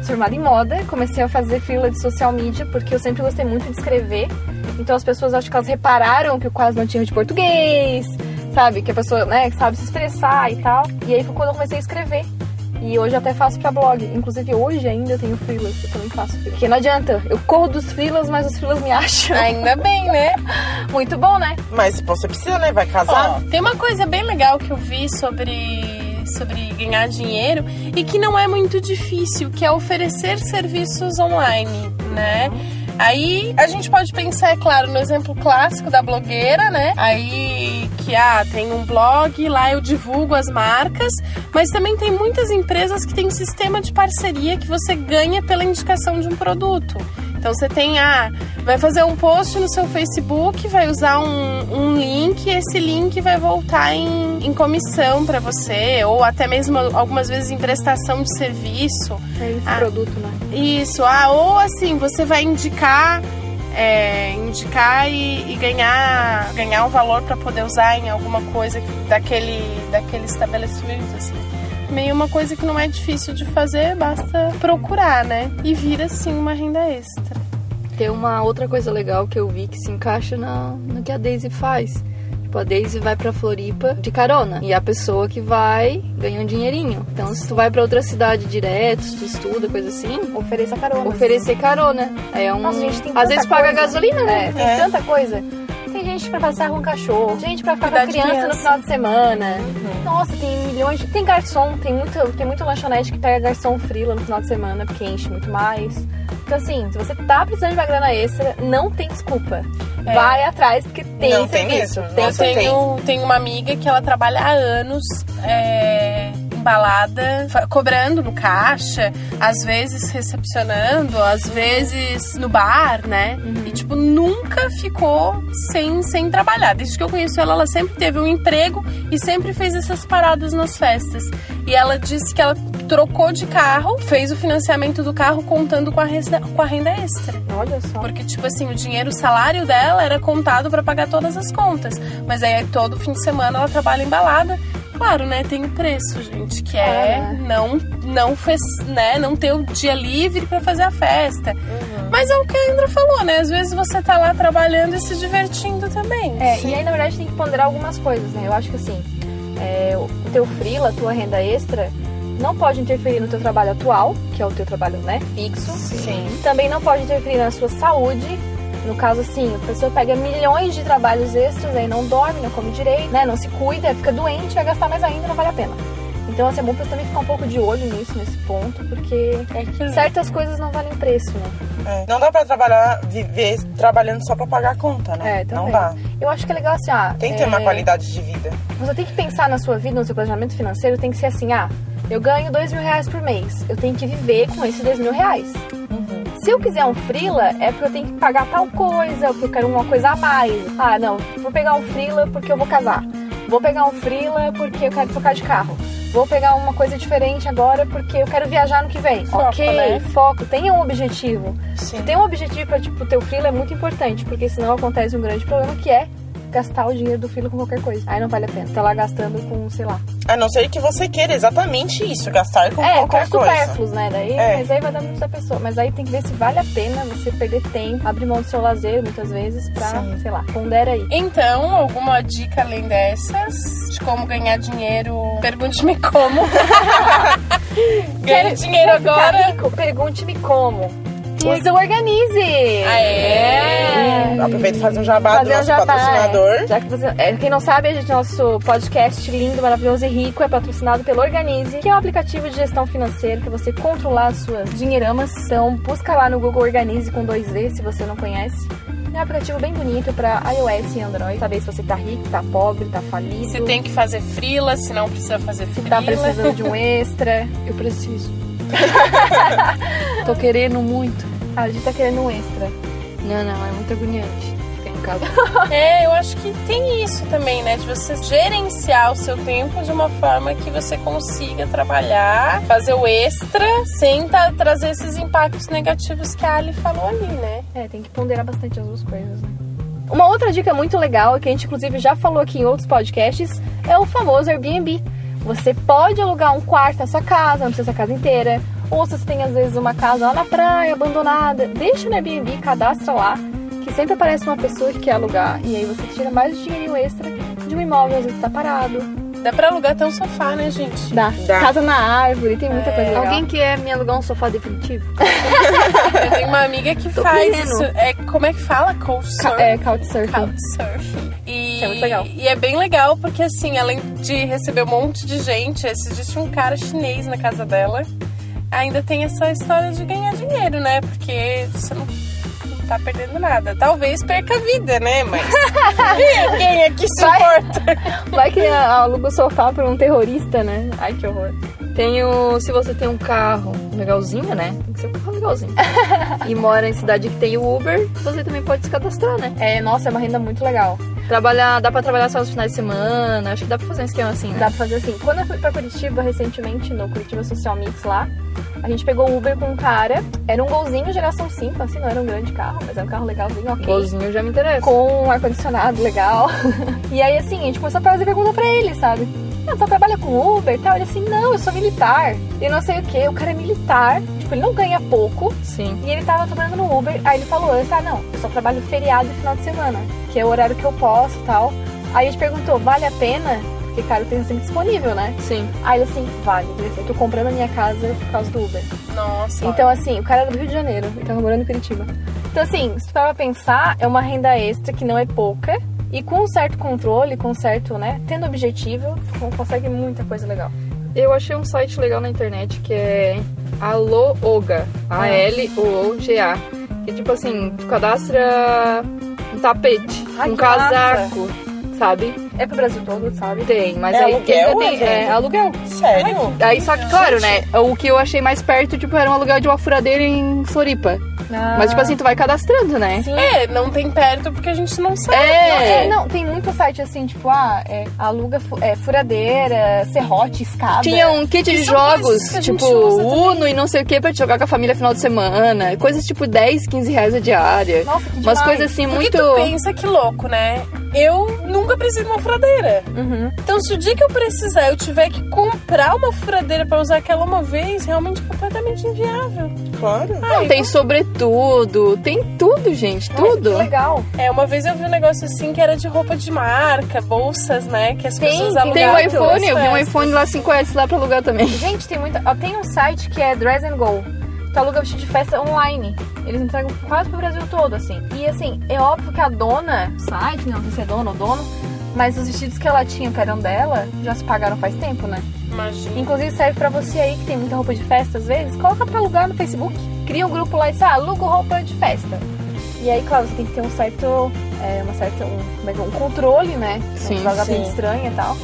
[SPEAKER 2] Sou formada em moda, comecei a fazer fila de social media porque eu sempre gostei muito de escrever. Então as pessoas acho que elas repararam que eu quase não tinha de português, sabe? Que a pessoa, né, que sabe se expressar e tal. E aí foi quando eu comecei a escrever. E hoje eu até faço pra blog. Inclusive hoje ainda eu tenho freelas, eu também faço freelas. Porque não adianta, eu corro dos freelas, mas os freelas me acham.
[SPEAKER 5] Ainda bem, né?
[SPEAKER 2] Muito bom, né?
[SPEAKER 4] Mas você precisa, né? Vai casar.
[SPEAKER 5] Ó, tem uma coisa bem legal que eu vi sobre sobre ganhar dinheiro e que não é muito difícil, que é oferecer serviços online, né? Aí a gente pode pensar, é claro, no exemplo clássico da blogueira, né? Aí que ah, tem um blog, lá eu divulgo as marcas, mas também tem muitas empresas que têm sistema de parceria que você ganha pela indicação de um produto. Então você tem ah, vai fazer um post no seu Facebook, vai usar um, um link, e esse link vai voltar em, em comissão para você, ou até mesmo algumas vezes em prestação de serviço.
[SPEAKER 2] É esse
[SPEAKER 5] Ah.
[SPEAKER 2] produto, né?
[SPEAKER 5] Isso, ah, ou assim, você vai indicar, é, indicar e, e ganhar, ganhar um valor para poder usar em alguma coisa daquele, daquele estabelecimento, assim. Meio uma coisa que não é difícil de fazer, basta procurar, né? E vira, assim, uma renda extra.
[SPEAKER 3] Tem uma outra coisa legal que eu vi que se encaixa na, no que a Daisy faz. Tipo, a Daisy vai pra Floripa de carona. E a pessoa que vai ganha um dinheirinho. Então, se tu vai pra outra cidade direto, se tu estuda, coisa assim,
[SPEAKER 2] Ofereça carona.
[SPEAKER 3] oferecer carona. É um.
[SPEAKER 2] Nossa, gente, tem
[SPEAKER 3] Às
[SPEAKER 2] tanta
[SPEAKER 3] vezes paga
[SPEAKER 2] coisa.
[SPEAKER 3] gasolina, né?
[SPEAKER 2] É, tem
[SPEAKER 4] É.
[SPEAKER 2] tanta coisa. Tem gente pra passar com cachorro, gente pra ficar
[SPEAKER 5] Cuidar
[SPEAKER 2] com
[SPEAKER 5] de
[SPEAKER 2] criança, no
[SPEAKER 5] criança.
[SPEAKER 2] final de semana. Nossa, tem milhões de... Tem garçom, tem muito, tem muito lanchonete que pega garçom frila no final de semana, porque enche muito mais. Então assim, se você tá precisando de uma grana extra, não tem desculpa.
[SPEAKER 5] É.
[SPEAKER 2] Vai atrás, porque tem
[SPEAKER 4] Não, tem
[SPEAKER 2] serviço.
[SPEAKER 4] mesmo.
[SPEAKER 2] Tem
[SPEAKER 5] Eu
[SPEAKER 4] Nossa,
[SPEAKER 2] serviço.
[SPEAKER 5] tenho, tenho uma amiga que ela trabalha há anos é, em balada, fa- cobrando no caixa, às vezes recepcionando, às vezes no bar, né? E, tipo, nunca ficou sem, sem trabalhar. Desde que eu conheço ela, ela sempre teve um emprego e sempre fez essas paradas nas festas. E ela disse que ela trocou de carro, fez o financiamento do carro contando com a renda, com a renda extra.
[SPEAKER 2] Olha só.
[SPEAKER 5] Porque, tipo assim, o dinheiro, o salário dela era contado pra pagar todas as contas. Mas aí todo fim de semana ela trabalha em balada. Claro, né? Tem o preço, gente, que é
[SPEAKER 2] É, né?
[SPEAKER 5] não não fez, né, não ter o dia livre pra fazer a festa. Mas é o que a Andra falou, né? Às vezes você tá lá trabalhando e se divertindo também.
[SPEAKER 2] É, e aí, na verdade, tem que ponderar algumas coisas, né? Eu acho que assim, é, o teu freela, a tua renda extra, não pode interferir no teu trabalho atual, que é o teu trabalho, né, fixo. Sim. Também não pode interferir na sua saúde. No caso, assim, a pessoa pega milhões de trabalhos extras, aí não dorme, não come direito, né? Não se cuida, fica doente, vai gastar mais ainda, não vale a pena. Então, assim, é bom pra também ficar um pouco de olho nisso, nesse ponto, porque
[SPEAKER 5] É que
[SPEAKER 4] Uhum.
[SPEAKER 2] certas coisas não valem preço, né?
[SPEAKER 4] É, Não dá pra trabalhar, viver trabalhando só pra pagar a conta, né?
[SPEAKER 2] É, também.
[SPEAKER 4] não dá.
[SPEAKER 2] Eu acho que é legal assim, ah.
[SPEAKER 4] Tem que ter uma
[SPEAKER 2] é,
[SPEAKER 4] qualidade de vida.
[SPEAKER 2] Você tem que pensar na sua vida, no seu planejamento financeiro, tem que ser assim, ah, eu ganho dois mil reais por mês, eu tenho que viver com esses dois mil reais. Se eu quiser um freela, é porque eu tenho que pagar tal coisa, porque eu quero uma coisa a mais. Ah, não, vou pegar um freela porque eu vou casar. Vou pegar um freela porque eu quero trocar de carro. Vou pegar uma coisa diferente agora porque eu quero viajar no que vem.
[SPEAKER 5] Foco,
[SPEAKER 2] ok,
[SPEAKER 5] né?
[SPEAKER 2] foco, tenha um objetivo.
[SPEAKER 4] Sim.
[SPEAKER 2] Tu tem um objetivo pra, tipo, o teu freela é muito importante, porque senão acontece um grande problema que é gastar o dinheiro do freela com qualquer coisa. Aí não vale a pena. Tá lá gastando com, sei lá.
[SPEAKER 4] A não ser que você queira exatamente isso, gastar com
[SPEAKER 2] é, com
[SPEAKER 4] qualquer coisa.
[SPEAKER 2] supérfluos, né? Daí,
[SPEAKER 4] É.
[SPEAKER 2] mas aí vai dar muito da pessoa. Mas aí tem que ver se vale a pena você perder tempo, abrir mão do seu lazer muitas vezes pra,
[SPEAKER 4] Sim.
[SPEAKER 2] sei lá, pondera aí.
[SPEAKER 5] Então, alguma dica além dessas de como ganhar dinheiro? Pergunte-me como. Ganho
[SPEAKER 2] Quer-
[SPEAKER 5] dinheiro
[SPEAKER 2] quer ficar
[SPEAKER 5] agora.
[SPEAKER 2] rico? Pergunte-me como. Você organize!
[SPEAKER 5] Ah, é.
[SPEAKER 4] Aproveita e faz um jabá
[SPEAKER 2] Fazer
[SPEAKER 4] do
[SPEAKER 2] um
[SPEAKER 4] nosso
[SPEAKER 2] jabá,
[SPEAKER 4] patrocinador.
[SPEAKER 2] é. Já que você, é, quem não sabe, a gente, nosso podcast lindo, maravilhoso e rico é patrocinado pelo Organize, que é um aplicativo de gestão financeira para você controlar as suas dinheiramas. Então, busca lá no Google Organize com 2Z, se você não conhece. É um aplicativo bem bonito para iOS e Android. Saber se você tá rico, tá pobre, tá falido.
[SPEAKER 5] Se tem que fazer frila, se não precisa fazer
[SPEAKER 2] se
[SPEAKER 5] frila.
[SPEAKER 2] tá precisando de um extra. Eu preciso.
[SPEAKER 6] Tô querendo muito.
[SPEAKER 2] A gente tá querendo um extra.
[SPEAKER 6] Não, não, é muito agoniante. Tem um caso.
[SPEAKER 5] É, eu acho que tem isso também, né? De você gerenciar o seu tempo de uma forma que você consiga trabalhar, fazer o extra, sem tá- trazer esses impactos negativos que a Ali falou ali, né?
[SPEAKER 2] É, tem que ponderar bastante as duas coisas, né? Uma outra dica muito legal, que a gente inclusive já falou aqui em outros podcasts, é o famoso Airbnb. Você pode alugar um quarto na sua casa, não precisa ser a casa inteira. Ou se você tem, às vezes, uma casa lá na praia, abandonada, deixa no Airbnb, cadastra lá, que sempre aparece uma pessoa que quer alugar. E aí você tira mais dinheirinho extra de um imóvel, às vezes tá parado.
[SPEAKER 5] Dá pra alugar até um sofá, né, gente?
[SPEAKER 2] Dá.
[SPEAKER 4] Dá.
[SPEAKER 2] Casa na árvore, tem muita
[SPEAKER 3] É.
[SPEAKER 2] coisa legal.
[SPEAKER 6] Alguém quer me alugar um sofá definitivo?
[SPEAKER 5] Eu tenho uma amiga que
[SPEAKER 6] Tô
[SPEAKER 5] faz
[SPEAKER 6] querendo.
[SPEAKER 5] isso. É, como é que fala? Couchsurfing.
[SPEAKER 2] Ca- é, couchsurfing.
[SPEAKER 5] Couchsurfing. E,
[SPEAKER 2] Isso é muito legal.
[SPEAKER 5] e é bem legal porque, assim, além de receber um monte de gente, esse dia tinha um cara chinês na casa dela, ainda tem essa história de ganhar dinheiro, né? Porque você não, não tá perdendo nada. Talvez perca a vida, né? Mas quem, é quem aqui se
[SPEAKER 2] Vai.
[SPEAKER 5] importa?
[SPEAKER 2] Vai que aluga o sofá pra um terrorista, né? Ai, que horror.
[SPEAKER 6] Tem o. Se você tem um carro legalzinho, né? Tem que ser um carro legalzinho. e mora em cidade que tem o Uber, você também pode se cadastrar, né?
[SPEAKER 2] É, nossa, é uma renda muito legal.
[SPEAKER 6] Trabalhar, dá pra trabalhar só nos finais de semana. Acho que dá pra fazer um esquema assim,
[SPEAKER 2] Dá
[SPEAKER 6] né?
[SPEAKER 2] pra fazer assim. Quando eu fui pra Curitiba recentemente, no Curitiba Social Mix lá, a gente pegou o Uber com um cara. Era um golzinho geração 5, assim, não era um grande carro, mas era um carro legalzinho, ok.
[SPEAKER 6] Golzinho já me interessa.
[SPEAKER 2] Com um ar-condicionado legal. e aí, assim, a gente começou a fazer pergunta pra ele, sabe? Ah, só trabalha com Uber e tal? Ele assim, não, eu sou militar. E não sei o que, o cara é militar. Tipo, ele não ganha pouco.
[SPEAKER 6] Sim.
[SPEAKER 2] E ele tava trabalhando no Uber, aí ele falou, eu disse, ah não, eu só trabalho feriado e final de semana, que é o horário que eu posso e tal. Aí a gente perguntou, vale a pena? Porque, cara, eu tenho sempre disponível, né?
[SPEAKER 6] Sim.
[SPEAKER 2] Aí ele assim, vale, beleza, eu tô comprando a minha casa por causa do Uber.
[SPEAKER 5] Nossa.
[SPEAKER 2] Então, assim, o cara era do Rio de Janeiro e tava morando em Curitiba. Então, assim, se tu parar pra pensar, é uma renda extra que não é pouca. E com um certo controle, com um certo, né, tendo objetivo, tu consegue muita coisa legal.
[SPEAKER 6] Eu achei um site legal na internet que é Alooga, A-L-O-O-G-A. Que tipo assim, tu cadastra um tapete,
[SPEAKER 2] Ai,
[SPEAKER 6] um
[SPEAKER 2] que massa.
[SPEAKER 6] casaco, sabe?
[SPEAKER 2] É pro Brasil todo, sabe?
[SPEAKER 6] Tem, mas
[SPEAKER 4] É
[SPEAKER 6] aí
[SPEAKER 4] aluguel,
[SPEAKER 6] ainda tem
[SPEAKER 4] gente?
[SPEAKER 6] é, aluguel.
[SPEAKER 4] Sério?
[SPEAKER 6] Aí só que, claro, né? O que eu achei mais perto, tipo, era um aluguel de uma furadeira em Floripa. Mas, tipo assim, tu vai cadastrando, né?
[SPEAKER 2] Ah. Sim.
[SPEAKER 5] É, não tem perto porque a gente não sabe. né?
[SPEAKER 2] É,
[SPEAKER 6] É,
[SPEAKER 2] não, tem muito site assim, tipo, ah, é, aluga fu- é, furadeira, serrote, escada.
[SPEAKER 6] Tinha um kit de
[SPEAKER 5] são
[SPEAKER 6] jogos,
[SPEAKER 5] coisas que a gente
[SPEAKER 6] tipo
[SPEAKER 5] usa
[SPEAKER 6] Uno e não sei o que, pra te jogar com a família final de semana. Coisas tipo 10, 15 reais a diária.
[SPEAKER 2] Nossa, que demais.
[SPEAKER 6] Umas coisas assim
[SPEAKER 5] Porque
[SPEAKER 6] muito.
[SPEAKER 5] tu pensa que louco, né? eu nunca precisei de uma furadeira.
[SPEAKER 2] Uhum.
[SPEAKER 5] Então, se o dia que eu precisar eu tiver que comprar uma furadeira pra usar aquela uma vez, realmente é completamente inviável.
[SPEAKER 4] Claro.
[SPEAKER 3] Não, tem sobretudo, tem tudo, gente, tudo.
[SPEAKER 2] Que legal.
[SPEAKER 5] É, uma vez eu vi um negócio assim que era de roupa de marca, bolsas, né? Que as
[SPEAKER 2] Tem,
[SPEAKER 5] pessoas
[SPEAKER 2] tem
[SPEAKER 3] Tem
[SPEAKER 5] alugavam.
[SPEAKER 3] o
[SPEAKER 5] nas
[SPEAKER 3] iPhone, eu vi um
[SPEAKER 5] festas.
[SPEAKER 3] iPhone lá 5S lá pra alugar também.
[SPEAKER 2] Gente, tem muita. ó, tem um site que é Dress and Go. Tu aluga vestido de festa online. Eles entregam quase pro Brasil todo, assim. E assim, é óbvio que a dona, site, né, não sei se é dona ou dono, mas os vestidos que ela tinha, que eram dela, já se pagaram faz tempo, né?
[SPEAKER 5] Imagina.
[SPEAKER 2] Inclusive serve pra você aí que tem muita roupa de festa às vezes, coloca pra alugar no Facebook, cria um grupo lá e diz, ah, alugo roupa de festa. E aí, claro, você tem que ter um certo, é, uma certa, um, como é que é? um controle, né?
[SPEAKER 3] Sim,
[SPEAKER 2] Não joga
[SPEAKER 4] sim.
[SPEAKER 2] vida estranha e tal.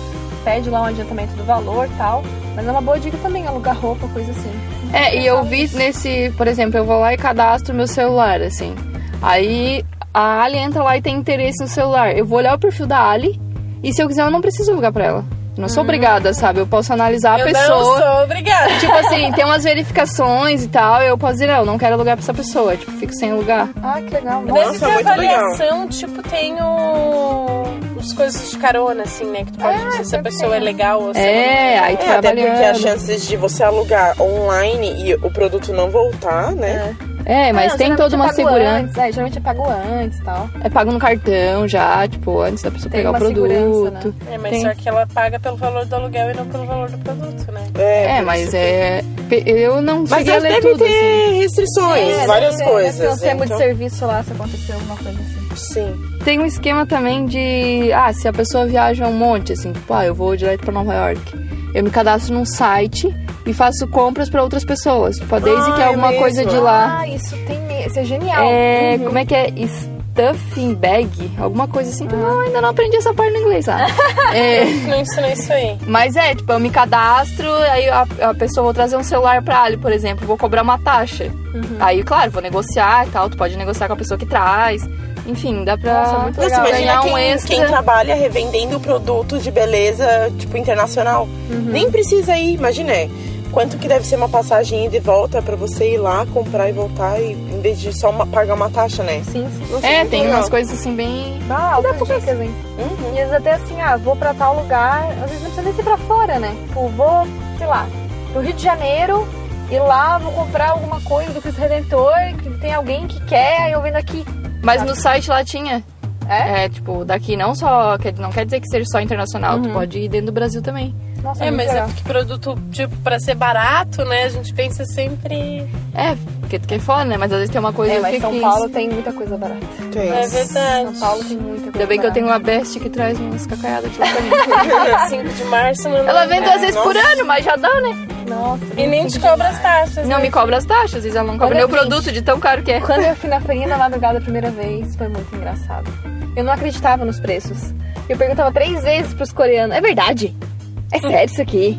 [SPEAKER 2] Pede lá um adiantamento do valor e tal. Mas é uma boa dica também, alugar roupa, coisa assim.
[SPEAKER 3] É, e eu vi nesse, por exemplo, eu vou lá e cadastro meu celular, assim. Aí a Ali entra lá e tem interesse no celular. Eu vou olhar o perfil da Ali e se eu quiser eu não preciso alugar pra ela. Eu Não sou obrigada, sabe? Eu posso analisar a
[SPEAKER 5] eu
[SPEAKER 3] pessoa.
[SPEAKER 5] não sou obrigada.
[SPEAKER 3] Tipo assim, tem umas verificações e tal, eu posso dizer, não, não quero alugar pra essa pessoa. Tipo, fico sem alugar.
[SPEAKER 2] Ah, que legal.
[SPEAKER 3] É,
[SPEAKER 5] Deve ter
[SPEAKER 4] muito legal.
[SPEAKER 5] avaliação, tipo, tem o... as coisas de carona, assim, né? Que tu pode dizer se a pessoa é legal ou se
[SPEAKER 3] Ah, É, aí tu
[SPEAKER 4] É,
[SPEAKER 3] vai
[SPEAKER 4] até porque as
[SPEAKER 3] avaliando.
[SPEAKER 4] chances de você alugar online e o produto não voltar, né?
[SPEAKER 3] É, mas
[SPEAKER 2] Ah,
[SPEAKER 3] tem
[SPEAKER 2] geralmente
[SPEAKER 3] toda
[SPEAKER 2] eu
[SPEAKER 3] uma
[SPEAKER 2] pago
[SPEAKER 3] segurança.
[SPEAKER 2] Antes, é, geralmente eu pago antes e tal.
[SPEAKER 3] É pago no cartão já, tipo, antes da pessoa
[SPEAKER 2] Tem
[SPEAKER 3] pegar o
[SPEAKER 2] uma segurança,
[SPEAKER 3] produto.
[SPEAKER 4] né?
[SPEAKER 5] não. É, mas
[SPEAKER 3] Tem.
[SPEAKER 5] só que ela paga pelo valor do aluguel e não pelo valor do produto, né?
[SPEAKER 3] É, mas é. pe- Eu não
[SPEAKER 4] Mas
[SPEAKER 3] cheguei a
[SPEAKER 4] elas
[SPEAKER 3] ler
[SPEAKER 4] devem
[SPEAKER 3] tudo, assim.
[SPEAKER 4] ter restrições,
[SPEAKER 2] É,
[SPEAKER 4] várias
[SPEAKER 2] deve ter-
[SPEAKER 4] coisas.
[SPEAKER 2] Deve ter um termo
[SPEAKER 4] então,
[SPEAKER 2] de serviço lá se acontecer alguma coisa assim.
[SPEAKER 4] Sim.
[SPEAKER 3] Tem um esquema também de. Ah, se a pessoa viaja um monte, assim, tipo, ah, eu vou direto pra Nova York. Eu me cadastro num site e faço compras pra outras pessoas. Tipo, a Daisy
[SPEAKER 4] Ah,
[SPEAKER 3] quer
[SPEAKER 4] é
[SPEAKER 3] alguma
[SPEAKER 4] mesmo? Ah, uhum.
[SPEAKER 3] coisa de lá.
[SPEAKER 2] Ah, isso tem me- Isso é genial.
[SPEAKER 3] É. Como é que é? Stuffing bag? Alguma coisa assim. que eu
[SPEAKER 4] Ah.
[SPEAKER 3] Não, ainda não aprendi essa parte no inglês, ah. é.
[SPEAKER 5] Não ensinou isso aí.
[SPEAKER 3] Mas é, tipo, eu me cadastro, aí a, a pessoa vou trazer um celular pra Ali, por exemplo, vou cobrar uma taxa.
[SPEAKER 2] Uhum.
[SPEAKER 3] Aí, claro, vou negociar e tal, tu pode negociar com a pessoa que traz. Enfim, dá pra
[SPEAKER 2] Nossa, muito
[SPEAKER 4] Mas
[SPEAKER 2] Legal,
[SPEAKER 4] imagina
[SPEAKER 3] ganhar
[SPEAKER 4] quem,
[SPEAKER 3] um extra.
[SPEAKER 4] quem trabalha revendendo produto de beleza, tipo, internacional.
[SPEAKER 2] Hum. Uhum.
[SPEAKER 4] Nem precisa ir, imagina. é, Quanto que deve ser uma passagem ida e volta pra você ir lá, comprar e voltar, e, em vez de só uma- pagar uma taxa, né?
[SPEAKER 2] Sim, sim.
[SPEAKER 4] Nossa,
[SPEAKER 3] É,
[SPEAKER 4] muito
[SPEAKER 3] tem
[SPEAKER 4] legal.
[SPEAKER 3] umas coisas assim bem.
[SPEAKER 2] Ah, altas
[SPEAKER 3] é
[SPEAKER 2] dicas, hein?
[SPEAKER 4] Uhum.
[SPEAKER 2] E às vezes até assim, ah, vou pra tal lugar, às vezes não precisa nem ser pra fora, né? Tipo, vou, sei lá, pro Rio de Janeiro e lá vou comprar alguma coisa do Cristo Redentor, que tem alguém que quer, aí eu vendo aqui.
[SPEAKER 3] Mas no site lá tinha.
[SPEAKER 2] É?
[SPEAKER 3] tipo, daqui não só. quer- Não quer dizer que seja só internacional, tu pode ir dentro do Brasil também.
[SPEAKER 2] Nossa,
[SPEAKER 5] É,
[SPEAKER 2] muito
[SPEAKER 5] mas é
[SPEAKER 2] legal.
[SPEAKER 5] porque produto, tipo, pra ser barato, né? A gente pensa sempre.
[SPEAKER 3] É, porque tu quer fora, né? Mas às vezes tem uma coisa
[SPEAKER 2] É, mas
[SPEAKER 3] que
[SPEAKER 2] São
[SPEAKER 3] que-
[SPEAKER 2] Paulo tem muita coisa barata.
[SPEAKER 4] Tem.
[SPEAKER 5] É verdade.
[SPEAKER 2] São Paulo tem muita coisa
[SPEAKER 3] Ainda bem que eu
[SPEAKER 2] barata.
[SPEAKER 3] tenho uma best que traz umas cacaiadas de lá pra mim.
[SPEAKER 5] 5 de março, não. é
[SPEAKER 3] Ela vem duas vezes por
[SPEAKER 4] nossa.
[SPEAKER 3] ano, mas já dá, né?
[SPEAKER 2] Nossa,
[SPEAKER 5] E nem te cobra as taxas.
[SPEAKER 3] Não
[SPEAKER 5] né?
[SPEAKER 3] me cobra as taxas, às vezes ela não é. cobra nem
[SPEAKER 2] Olha,
[SPEAKER 3] o produto de tão caro que é.
[SPEAKER 2] Quando eu fui na feirinha na madrugada a primeira vez, foi muito engraçado. Eu não acreditava nos preços. Eu perguntava três vezes pros coreanos: é verdade? É sério isso aqui?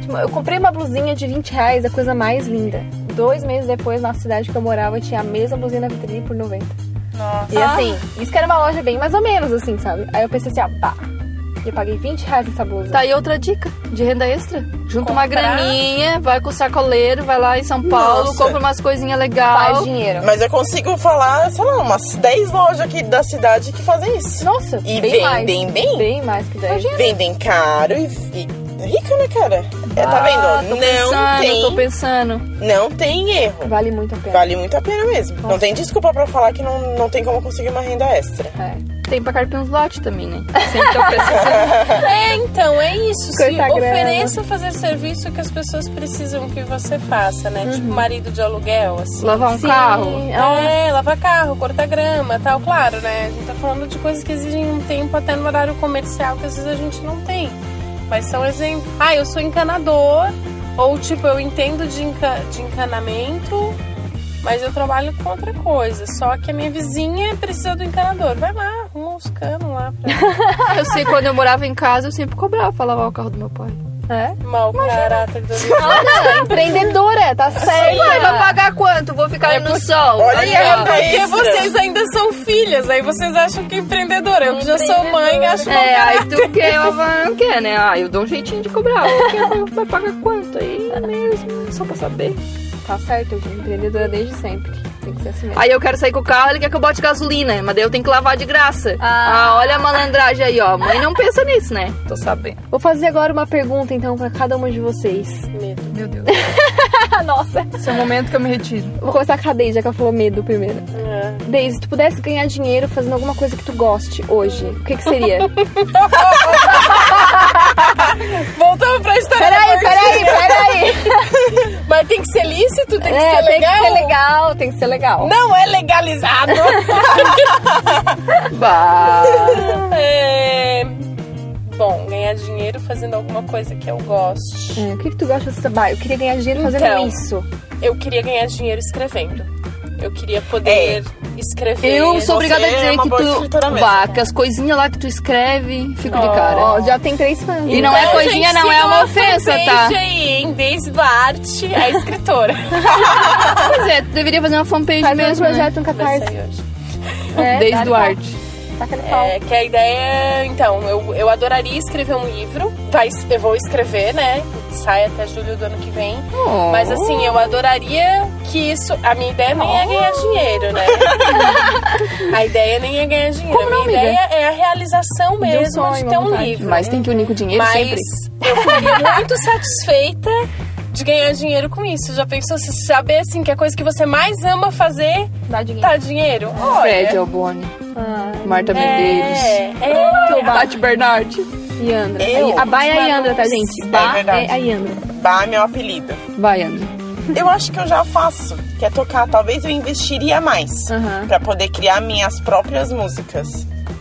[SPEAKER 2] Tipo, Eu comprei uma blusinha de 20 reais, a coisa mais linda. Dois meses depois, na cidade que eu morava, tinha a mesma blusinha na vitrine por 90.
[SPEAKER 5] Nossa.
[SPEAKER 2] E assim, isso que era uma loja bem mais ou menos, assim, sabe? Aí eu pensei assim: ah, pá. E eu paguei 20 reais nessa blusa.
[SPEAKER 3] Tá aí outra dica de renda extra. Junta uma
[SPEAKER 5] Comprar.
[SPEAKER 3] graninha, vai com o sacoleiro, vai lá em São Paulo,
[SPEAKER 4] Nossa.
[SPEAKER 3] compra umas coisinhas
[SPEAKER 2] Faz
[SPEAKER 3] legais.
[SPEAKER 2] dinheiro.
[SPEAKER 4] Mas eu consigo falar, sei lá, umas 10 lojas aqui da cidade que fazem isso.
[SPEAKER 2] Nossa,
[SPEAKER 4] E
[SPEAKER 2] bem mais.
[SPEAKER 4] vendem bem.
[SPEAKER 2] Bem mais que 10.
[SPEAKER 4] Vendem caro e, e rica, né, cara? É, tá
[SPEAKER 3] Ah,
[SPEAKER 4] vendo?
[SPEAKER 3] tô
[SPEAKER 4] não,
[SPEAKER 3] pensando, tô
[SPEAKER 4] tem,
[SPEAKER 3] pensando.
[SPEAKER 4] não tem erro.
[SPEAKER 2] Vale muito a pena.
[SPEAKER 4] Vale muito a pena mesmo. Não tem desculpa pra falar que não, não tem como conseguir uma renda extra.
[SPEAKER 2] é.
[SPEAKER 3] Tem pra carpir uns lotes também, né? Sempre tô pensando.
[SPEAKER 5] É, então, é isso. Se
[SPEAKER 2] Coisa grana.
[SPEAKER 5] ofereça fazer serviço que as pessoas precisam que você faça, né? Tipo, marido de aluguel, assim.
[SPEAKER 3] Lavar um
[SPEAKER 2] Sim, um-
[SPEAKER 3] carro.
[SPEAKER 5] É, lavar carro, cortar grama tal, claro, né? A gente tá falando de coisas que exigem um tempo até no horário comercial que às vezes a gente não tem. Mas são exemplos. Ah, eu sou encanador, ou tipo, eu entendo de, enca- de encanamento, mas eu trabalho com outra coisa. Só que a minha vizinha precisa do encanador. Vai lá, arruma uns canos lá pra
[SPEAKER 3] Eu sei, quando eu morava em casa, eu sempre cobrava pra lavar o carro do meu pai.
[SPEAKER 2] é.
[SPEAKER 5] mal caráter do
[SPEAKER 2] Olha, empreendedora, tá certo.
[SPEAKER 3] Pai, vai pagar quanto? Vou ficar aí no É sol.
[SPEAKER 4] Olha
[SPEAKER 3] Aí,
[SPEAKER 4] que
[SPEAKER 3] ó.
[SPEAKER 4] renda
[SPEAKER 5] Porque
[SPEAKER 4] extra.
[SPEAKER 5] vocês ainda são filhas, aí vocês acham que é empreendedora. Eu que já sou mãe, acho
[SPEAKER 3] É, aí tu quer, eu não quer, né? Ah, eu dou um jeitinho de cobrar. Eu quero, vai pagar quanto aí mesmo? Só pra saber.
[SPEAKER 2] Tá certo, eu fui empreendedora desde sempre. tem que ser assim mesmo.
[SPEAKER 3] Aí eu quero sair com o carro, ele quer que eu bote gasolina, mas daí eu tenho que lavar de graça.
[SPEAKER 2] Ah.
[SPEAKER 3] Ah, olha a malandragem aí, ó. Mãe não pensa nisso, né? Tô sabendo.
[SPEAKER 2] Vou fazer agora uma pergunta, então, pra cada uma de vocês.
[SPEAKER 5] Medo.
[SPEAKER 6] Meu Deus.
[SPEAKER 2] Ah, nossa!
[SPEAKER 6] Esse é o momento que eu me retiro.
[SPEAKER 2] Vou começar com a Deise, já que ela falou medo primeiro.
[SPEAKER 5] É.
[SPEAKER 2] Deise, se tu pudesse ganhar dinheiro fazendo alguma coisa que tu goste hoje, o que que seria?
[SPEAKER 5] Voltamos pra história. da
[SPEAKER 2] peraí,
[SPEAKER 5] Martina.
[SPEAKER 2] peraí, peraí!
[SPEAKER 5] Mas tem que ser lícito, tem que
[SPEAKER 2] É,
[SPEAKER 5] ser
[SPEAKER 2] tem que
[SPEAKER 5] legal.
[SPEAKER 2] ser legal, tem que ser legal.
[SPEAKER 5] Não é legalizado.
[SPEAKER 3] Bah.
[SPEAKER 5] É, Bom, ganhar dinheiro fazendo alguma coisa que eu goste.
[SPEAKER 2] É, o que que tu gosta desse trabalho? Eu queria ganhar dinheiro fazendo
[SPEAKER 5] Então.
[SPEAKER 2] isso.
[SPEAKER 5] Eu queria ganhar dinheiro escrevendo. Eu queria poder escrever.
[SPEAKER 3] É. Eu sou obrigada a
[SPEAKER 4] você é
[SPEAKER 3] dizer
[SPEAKER 4] uma
[SPEAKER 3] que
[SPEAKER 4] boa
[SPEAKER 3] tu.
[SPEAKER 4] escritora mesmo,
[SPEAKER 3] Bah, que as coisinhas lá que tu escreve, fico
[SPEAKER 6] Oh.
[SPEAKER 3] de cara.
[SPEAKER 2] Ó, já tem três fãs.
[SPEAKER 3] E não é
[SPEAKER 5] Então,
[SPEAKER 3] coisinha,
[SPEAKER 5] gente,
[SPEAKER 3] não, é
[SPEAKER 5] sigam
[SPEAKER 3] uma
[SPEAKER 5] a
[SPEAKER 3] ofensa,
[SPEAKER 5] fanpage
[SPEAKER 3] tá?
[SPEAKER 5] aí, hein? Desde Bart, a escritora.
[SPEAKER 3] Pois é, tu deveria fazer uma fanpage
[SPEAKER 2] Faz um
[SPEAKER 3] mesmo. Né?
[SPEAKER 2] projeto, um
[SPEAKER 5] Vai
[SPEAKER 2] catarse.
[SPEAKER 5] sair hoje.
[SPEAKER 2] É,
[SPEAKER 3] Desde
[SPEAKER 2] dá-lhe
[SPEAKER 3] Duarte.
[SPEAKER 2] pau, Taca-lhe pau.
[SPEAKER 5] É, que a ideia, então, eu, eu adoraria escrever um livro. Vai, eu vou escrever, né? Sai até julho do ano que vem.
[SPEAKER 3] Oh.
[SPEAKER 5] Mas assim, eu adoraria que isso. A minha ideia nem é ganhar
[SPEAKER 3] Oh.
[SPEAKER 5] dinheiro, né? a ideia nem é ganhar dinheiro. a minha ideia é a realização mesmo de,
[SPEAKER 2] sonho,
[SPEAKER 5] ter
[SPEAKER 2] uma
[SPEAKER 5] um
[SPEAKER 2] vontade.
[SPEAKER 5] livro.
[SPEAKER 3] Mas tem que unir com o dinheiro
[SPEAKER 5] Mas
[SPEAKER 3] sempre.
[SPEAKER 5] eu fiquei muito satisfeita de ganhar dinheiro com isso. Já pensou se saber assim que a coisa que você mais ama fazer
[SPEAKER 2] Dá dinheiro.
[SPEAKER 5] tá dinheiro?
[SPEAKER 3] Fred
[SPEAKER 5] Olha.
[SPEAKER 3] Alboni,
[SPEAKER 2] Ah,
[SPEAKER 3] Marta Medeiros,
[SPEAKER 5] É, é.
[SPEAKER 3] Tati Bernardi.
[SPEAKER 2] e Andra.
[SPEAKER 4] Eu?
[SPEAKER 2] a Bá é a Yandra, tá, gente?
[SPEAKER 4] É
[SPEAKER 2] Bá
[SPEAKER 4] verdade.
[SPEAKER 2] é a Yandra.
[SPEAKER 4] Bah, meu apelido.
[SPEAKER 3] Vai, André.
[SPEAKER 4] Eu acho que eu já faço, que é tocar. Talvez eu investiria mais
[SPEAKER 2] Aham.
[SPEAKER 4] pra poder criar minhas próprias músicas.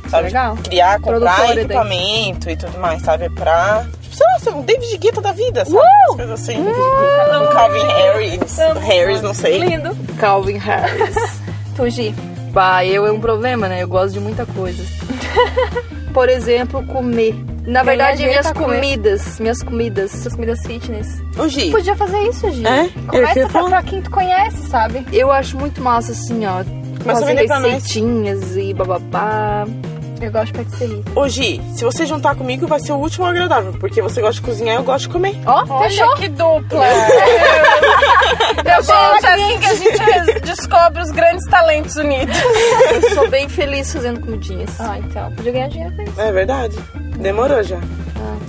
[SPEAKER 4] Sabe?
[SPEAKER 2] legal.
[SPEAKER 4] Criar, comprar
[SPEAKER 2] Produtora daí.
[SPEAKER 4] equipamento e tudo mais, sabe? Pra. Tipo, sei lá, ser um David Guetta da vida,
[SPEAKER 2] Uh!
[SPEAKER 4] sabe? Umas coisas assim. Um Calvin Harris. Harris, não sei.
[SPEAKER 2] Lindo.
[SPEAKER 3] Calvin Harris.
[SPEAKER 2] Tugi.
[SPEAKER 3] Bah, eu é um problema, né? Eu gosto de muita coisa. Por exemplo, comer. Na verdade,
[SPEAKER 2] dinheiro
[SPEAKER 3] minhas
[SPEAKER 2] pra comer.
[SPEAKER 3] comidas, minhas comidas.
[SPEAKER 2] Suas comidas fitness.
[SPEAKER 4] O Gi.
[SPEAKER 2] Podia fazer isso, Gi.
[SPEAKER 4] É? Eu
[SPEAKER 2] Começa
[SPEAKER 4] ia
[SPEAKER 2] a procurar quem tu conhece, sabe?
[SPEAKER 3] Eu acho muito massa, assim, ó.
[SPEAKER 4] Mas
[SPEAKER 3] fazer
[SPEAKER 4] vender pra nós.
[SPEAKER 3] receitinhas e bababá.
[SPEAKER 2] Eu gosto de patisserie.
[SPEAKER 4] Ô Gi, se você juntar comigo, vai ser o último agradável, porque você gosta de cozinhar e eu gosto de comer.
[SPEAKER 2] Ó, fechou.
[SPEAKER 5] Olha que dupla!
[SPEAKER 2] É.
[SPEAKER 3] Eu
[SPEAKER 5] Gente, é assim que a gente res-
[SPEAKER 3] é
[SPEAKER 5] descobre os grandes talentos unidos.
[SPEAKER 3] Eu sou bem feliz fazendo comidinhas.
[SPEAKER 2] Ah, então. Podia ganhar dinheiro com isso.
[SPEAKER 4] É verdade. Demorou já.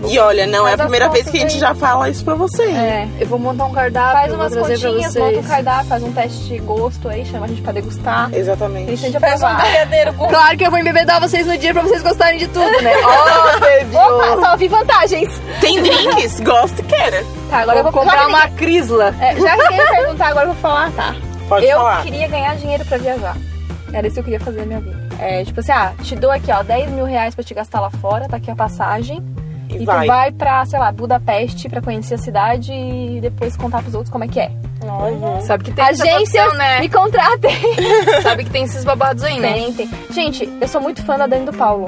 [SPEAKER 4] e olha, não é a
[SPEAKER 2] Faz Ah. as
[SPEAKER 4] primeira vez
[SPEAKER 2] contas
[SPEAKER 4] que a gente
[SPEAKER 2] aí.
[SPEAKER 4] já fala isso pra você.
[SPEAKER 2] É.
[SPEAKER 3] Eu vou montar um cardápio,
[SPEAKER 2] Faz
[SPEAKER 3] eu
[SPEAKER 2] umas
[SPEAKER 3] vou trazer pra
[SPEAKER 2] continhas, monta um
[SPEAKER 3] vocês.
[SPEAKER 2] cardápio, faz um teste de gosto aí, chama a gente pra degustar.
[SPEAKER 4] Exatamente.
[SPEAKER 2] Isso a gente
[SPEAKER 5] Faz um
[SPEAKER 2] aprovar.
[SPEAKER 5] brigadeiro com
[SPEAKER 3] Claro que eu vou embebedar vocês no dia pra vocês gostarem de tudo, né? Oh, baby!
[SPEAKER 2] Opa, salve vantagens!
[SPEAKER 4] Tem drinks? Gosto, quero.
[SPEAKER 2] Tá, agora
[SPEAKER 3] Vou,
[SPEAKER 2] eu vou já
[SPEAKER 3] comprar
[SPEAKER 2] que
[SPEAKER 3] uma crisla.
[SPEAKER 2] ninguém- é, já que ninguém perguntar, agora eu vou falar, tá?
[SPEAKER 4] Pode
[SPEAKER 2] eu
[SPEAKER 4] falar.
[SPEAKER 2] queria ganhar dinheiro pra viajar. Era isso que eu queria fazer na minha vida. É, tipo assim, ah, te dou aqui, ó, 10 mil reais pra te gastar lá fora, tá aqui a passagem.
[SPEAKER 4] E
[SPEAKER 2] E
[SPEAKER 4] Então vai.
[SPEAKER 2] tu vai pra, sei lá, Budapeste pra conhecer a cidade e depois contar pros outros como é que é.
[SPEAKER 3] Sabe que tem essa
[SPEAKER 2] Agências
[SPEAKER 3] opção, né?
[SPEAKER 2] me contratem!
[SPEAKER 3] Sabe que tem esses babados aí, né?
[SPEAKER 2] Sentem. Gente, eu sou muito fã da Dani do Paulo.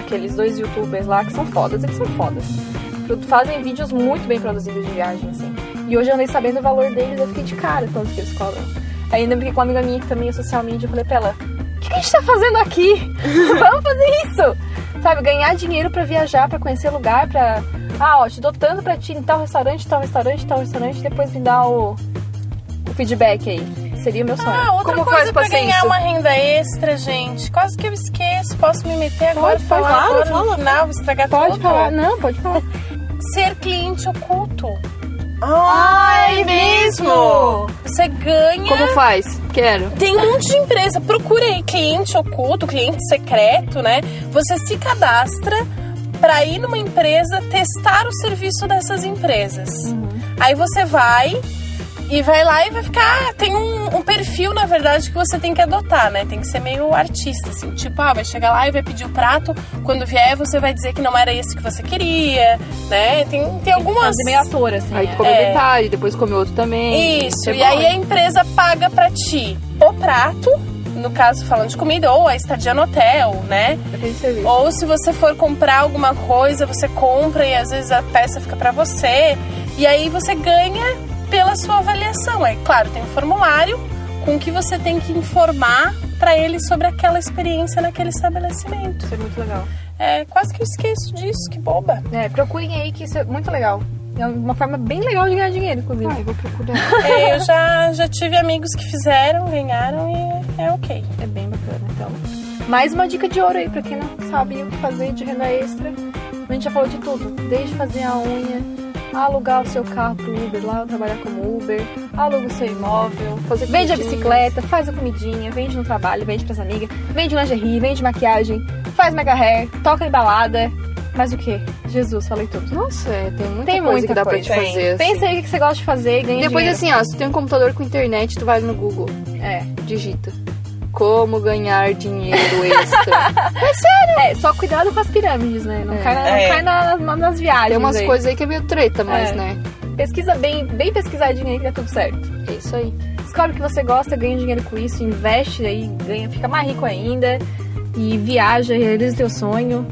[SPEAKER 2] Aqueles dois youtubers lá que são fodas, eles são fodas. Pro- Fazem vídeos muito bem produzidos de viagem, assim. E hoje eu andei sabendo o valor deles, eu fiquei de cara tanto que eles cobram. Aí ainda fiquei com uma amiga minha que também é social media, eu falei pra ela, o que, que a gente tá fazendo aqui? Vamos fazer isso! Sabe, ganhar dinheiro pra viajar, pra conhecer lugar, pra... Ah, ó, te dou tanto pra ti em tal restaurante, tal restaurante, tal restaurante, depois me dá o, o feedback aí. Seria o meu sonho.
[SPEAKER 5] Ah, outra
[SPEAKER 3] Como faz
[SPEAKER 5] coisa
[SPEAKER 3] pra
[SPEAKER 5] pra
[SPEAKER 3] ser
[SPEAKER 5] ganhar
[SPEAKER 3] isso?
[SPEAKER 5] uma renda extra, gente. Quase que eu esqueço. Posso me meter agora,
[SPEAKER 2] Pode, pode,
[SPEAKER 5] falar
[SPEAKER 4] fala,
[SPEAKER 5] agora
[SPEAKER 4] fala.
[SPEAKER 5] no final, vou estragar
[SPEAKER 2] Pode
[SPEAKER 5] tudo?
[SPEAKER 2] falar, não, pode falar.
[SPEAKER 5] Ser cliente oculto.
[SPEAKER 4] Ah, Ai, mesmo!
[SPEAKER 5] Você ganha...
[SPEAKER 3] Como faz? Quero.
[SPEAKER 5] Tem um monte de empresa. Procura aí cliente oculto, cliente secreto, né? Você se cadastra pra ir numa empresa testar o serviço dessas empresas.
[SPEAKER 2] Uhum.
[SPEAKER 5] Aí você vai e vai lá e vai ficar. Tem um, um perfil, na verdade, que você tem que adotar, né? Tem que ser meio artista, assim. Tipo, ah, vai chegar lá e vai pedir o prato. Quando vier, você vai dizer que não era esse que você queria, né? Tem, tem algumas.
[SPEAKER 2] Fazer meio ator, assim.
[SPEAKER 3] Aí
[SPEAKER 2] é.
[SPEAKER 3] tu come
[SPEAKER 5] É.
[SPEAKER 3] metade, depois come outro também.
[SPEAKER 5] Isso,
[SPEAKER 3] É
[SPEAKER 5] e
[SPEAKER 3] bom,
[SPEAKER 5] aí
[SPEAKER 3] hein?
[SPEAKER 5] a empresa paga pra ti o prato, no caso falando de comida, ou a estadia no hotel, né?
[SPEAKER 2] Aquele serviço.
[SPEAKER 5] Ou se você for comprar alguma coisa, você compra e às vezes a peça fica pra você. E aí você ganha pela sua avaliação. Aí, claro, tem um formulário com que você tem que informar pra ele sobre aquela experiência naquele estabelecimento.
[SPEAKER 2] Isso é muito legal.
[SPEAKER 5] É, quase que eu esqueço disso, que boba.
[SPEAKER 2] É, procurem aí que isso é muito legal. É uma forma bem legal de ganhar dinheiro, inclusive.
[SPEAKER 3] Ai, vou procurar.
[SPEAKER 5] É, Eu já, já tive amigos que fizeram, ganharam e é ok.
[SPEAKER 2] É bem bacana, então. Mais uma dica de ouro aí, pra quem não sabe o que fazer de renda extra. A gente já falou de tudo, desde fazer a unha, alugar o seu carro pro Uber lá, trabalhar como Uber, aluga o seu imóvel,
[SPEAKER 3] Fazer
[SPEAKER 2] vende a
[SPEAKER 3] comidinhas.
[SPEAKER 2] bicicleta, faz a comidinha, vende no trabalho, vende pras amigas, vende lingerie, vende maquiagem, faz mega hair, toca em balada, mas o que? Jesus, falei tudo.
[SPEAKER 3] Nossa, é, tem muita
[SPEAKER 2] Tem
[SPEAKER 3] coisa
[SPEAKER 2] muita
[SPEAKER 3] que dá
[SPEAKER 2] coisa.
[SPEAKER 3] pra te fazer. assim.
[SPEAKER 2] Pensa aí o que você gosta de fazer e ganha
[SPEAKER 3] Depois
[SPEAKER 2] dinheiro.
[SPEAKER 3] assim, ó, se tu tem um computador com internet, tu vai no Google,
[SPEAKER 2] É.
[SPEAKER 3] digita. Como ganhar dinheiro extra.
[SPEAKER 2] É, só cuidado com as pirâmides, né? Não
[SPEAKER 3] É.
[SPEAKER 2] cai, na- não
[SPEAKER 4] É.
[SPEAKER 2] cai na- na- nas viagens.
[SPEAKER 3] tem umas
[SPEAKER 2] aí.
[SPEAKER 3] coisas aí que é meio treta, mas
[SPEAKER 2] É.
[SPEAKER 3] né?
[SPEAKER 2] Pesquisa bem, bem pesquisadinha aí que dá tudo certo.
[SPEAKER 3] É isso aí.
[SPEAKER 2] Descobre o que você gosta, ganha dinheiro com isso, investe aí, ganha, fica mais rico ainda. E viaja, realiza o teu sonho.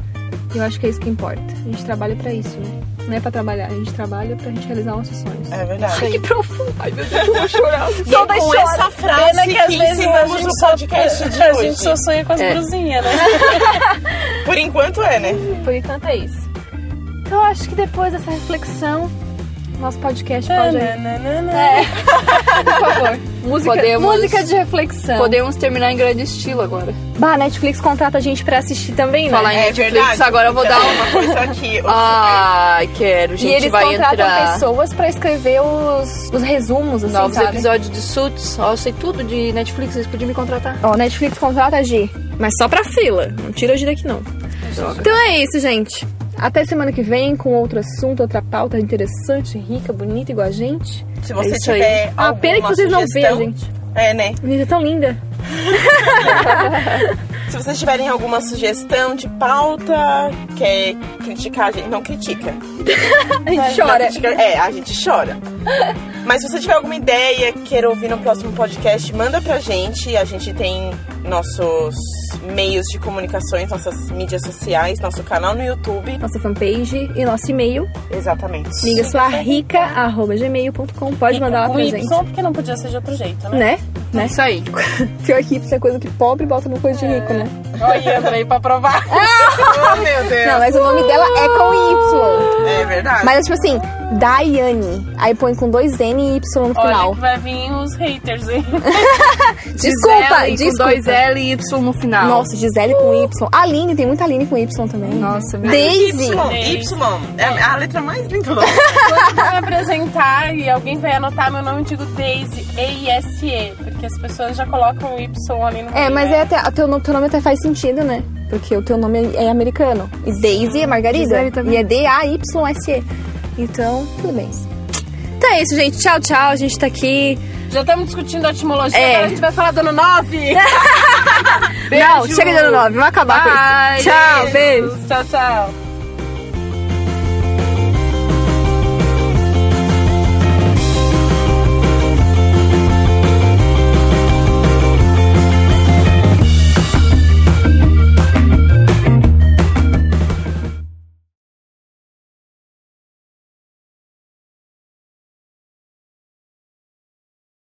[SPEAKER 2] E eu acho que é isso que importa. A gente trabalha pra isso, né? Não é pra trabalhar, a gente trabalha pra gente realizar nossos sonhos. é
[SPEAKER 4] É verdade.
[SPEAKER 2] Que profundo! Ai meu Deus, eu vou chorar.
[SPEAKER 4] E
[SPEAKER 2] Toda
[SPEAKER 4] com
[SPEAKER 2] chora.
[SPEAKER 4] essa frase
[SPEAKER 5] Pena que às vezes a
[SPEAKER 4] encerramos
[SPEAKER 5] gente, é
[SPEAKER 4] o
[SPEAKER 5] só,
[SPEAKER 4] podcast de
[SPEAKER 5] a
[SPEAKER 4] hoje.
[SPEAKER 5] gente só sonha tipo com as
[SPEAKER 3] É.
[SPEAKER 5] brusinhas, né?
[SPEAKER 4] Por enquanto é, né?
[SPEAKER 2] Por enquanto é isso. Então eu acho que depois dessa reflexão, nosso podcast pode aí.
[SPEAKER 5] né, Tananana.
[SPEAKER 4] É.
[SPEAKER 2] Por favor. É. Música,
[SPEAKER 3] Podemos-
[SPEAKER 2] música de reflexão.
[SPEAKER 3] Podemos terminar em grande estilo agora.
[SPEAKER 2] Bah, Netflix contrata a gente pra assistir também, né?
[SPEAKER 3] Falar em
[SPEAKER 4] É
[SPEAKER 3] Netflix,
[SPEAKER 4] verdade.
[SPEAKER 3] agora eu vou dar uma.
[SPEAKER 4] Então, uma coisa aqui.
[SPEAKER 2] Ah,
[SPEAKER 3] Ai, quero, gente.
[SPEAKER 2] e eles
[SPEAKER 3] vai
[SPEAKER 2] contratam
[SPEAKER 3] entrar
[SPEAKER 2] pessoas pra escrever os, os resumos, assim,
[SPEAKER 3] novos
[SPEAKER 2] sabe?
[SPEAKER 3] episódios de Suits. Ó, eu sei tudo de Netflix, eles podiam me contratar.
[SPEAKER 2] Ó, Netflix contrata a G, mas só pra fila. Não tira a G daqui, não.
[SPEAKER 3] Droga.
[SPEAKER 2] Então é isso, gente. Até semana que vem com outro assunto, outra pauta interessante, rica, bonita, igual a gente.
[SPEAKER 4] Se você
[SPEAKER 3] isso aí.
[SPEAKER 4] tiver.
[SPEAKER 2] Ah, pena que
[SPEAKER 4] alguma
[SPEAKER 2] vocês não
[SPEAKER 4] sugestão-
[SPEAKER 2] vejam, gente.
[SPEAKER 4] É, né?
[SPEAKER 2] Menina é tão linda.
[SPEAKER 4] Se vocês tiverem alguma sugestão de pauta, quer criticar, a gente não critica.
[SPEAKER 2] A gente chora.
[SPEAKER 4] Não critica- é, a gente chora. Mas se você tiver alguma ideia, queira ouvir no próximo podcast, manda pra gente. A gente tem nossos meios de comunicações, nossas mídias sociais, nosso canal no YouTube.
[SPEAKER 2] Nossa fanpage e nosso e-mail,
[SPEAKER 4] Exatamente.
[SPEAKER 2] migassuarrica.gmail.com. Pode mandar lá
[SPEAKER 5] Com
[SPEAKER 2] pra
[SPEAKER 5] Y,
[SPEAKER 2] gente.
[SPEAKER 5] porque não podia ser de outro jeito, né?
[SPEAKER 2] Né?
[SPEAKER 3] É isso aí.
[SPEAKER 2] Pior que isso é coisa que pobre bota no coisa de rico, né?
[SPEAKER 5] Olha, Andrei, pra provar.
[SPEAKER 4] Oh, meu Deus.
[SPEAKER 2] Não, mas o nome dela é com Y.
[SPEAKER 4] É verdade.
[SPEAKER 2] Mas é tipo assim, Daiane. Aí põe com dois N e Y no
[SPEAKER 5] Olha,
[SPEAKER 2] final.
[SPEAKER 5] que vai vir os haters, hein?
[SPEAKER 2] desculpa,
[SPEAKER 3] Gisele,
[SPEAKER 2] desculpa.
[SPEAKER 3] Com dois L e Y no final.
[SPEAKER 2] Nossa, Gisele com Y. Aline, tem muita Aline com Y também.
[SPEAKER 3] Nossa, meu
[SPEAKER 2] Daisy.
[SPEAKER 4] Y, Y. É a letra mais linda do mundo.
[SPEAKER 5] Quando eu me apresentar e alguém vai anotar meu nome, eu digo Daisy, E-I-S-E, porque as pessoas já colocam o Y ali no
[SPEAKER 2] É,
[SPEAKER 5] meio,
[SPEAKER 2] mas
[SPEAKER 5] né?
[SPEAKER 2] é até, teu, no- teu nome até faz sentido, né? Porque o teu nome é americano. E Daisy é Margarida.
[SPEAKER 3] Gisele também.
[SPEAKER 2] E é D-A-Y-S-E. Então, tudo bem. Então é isso, gente. Tchau, tchau. A gente tá aqui.
[SPEAKER 5] Já estamos discutindo a etimologia,
[SPEAKER 2] É.
[SPEAKER 5] agora a gente vai falar do ano 9.
[SPEAKER 2] Não, chega de ano 9. Vamos acabar com isso. Tchau, beijo.
[SPEAKER 5] Tchau, tchau.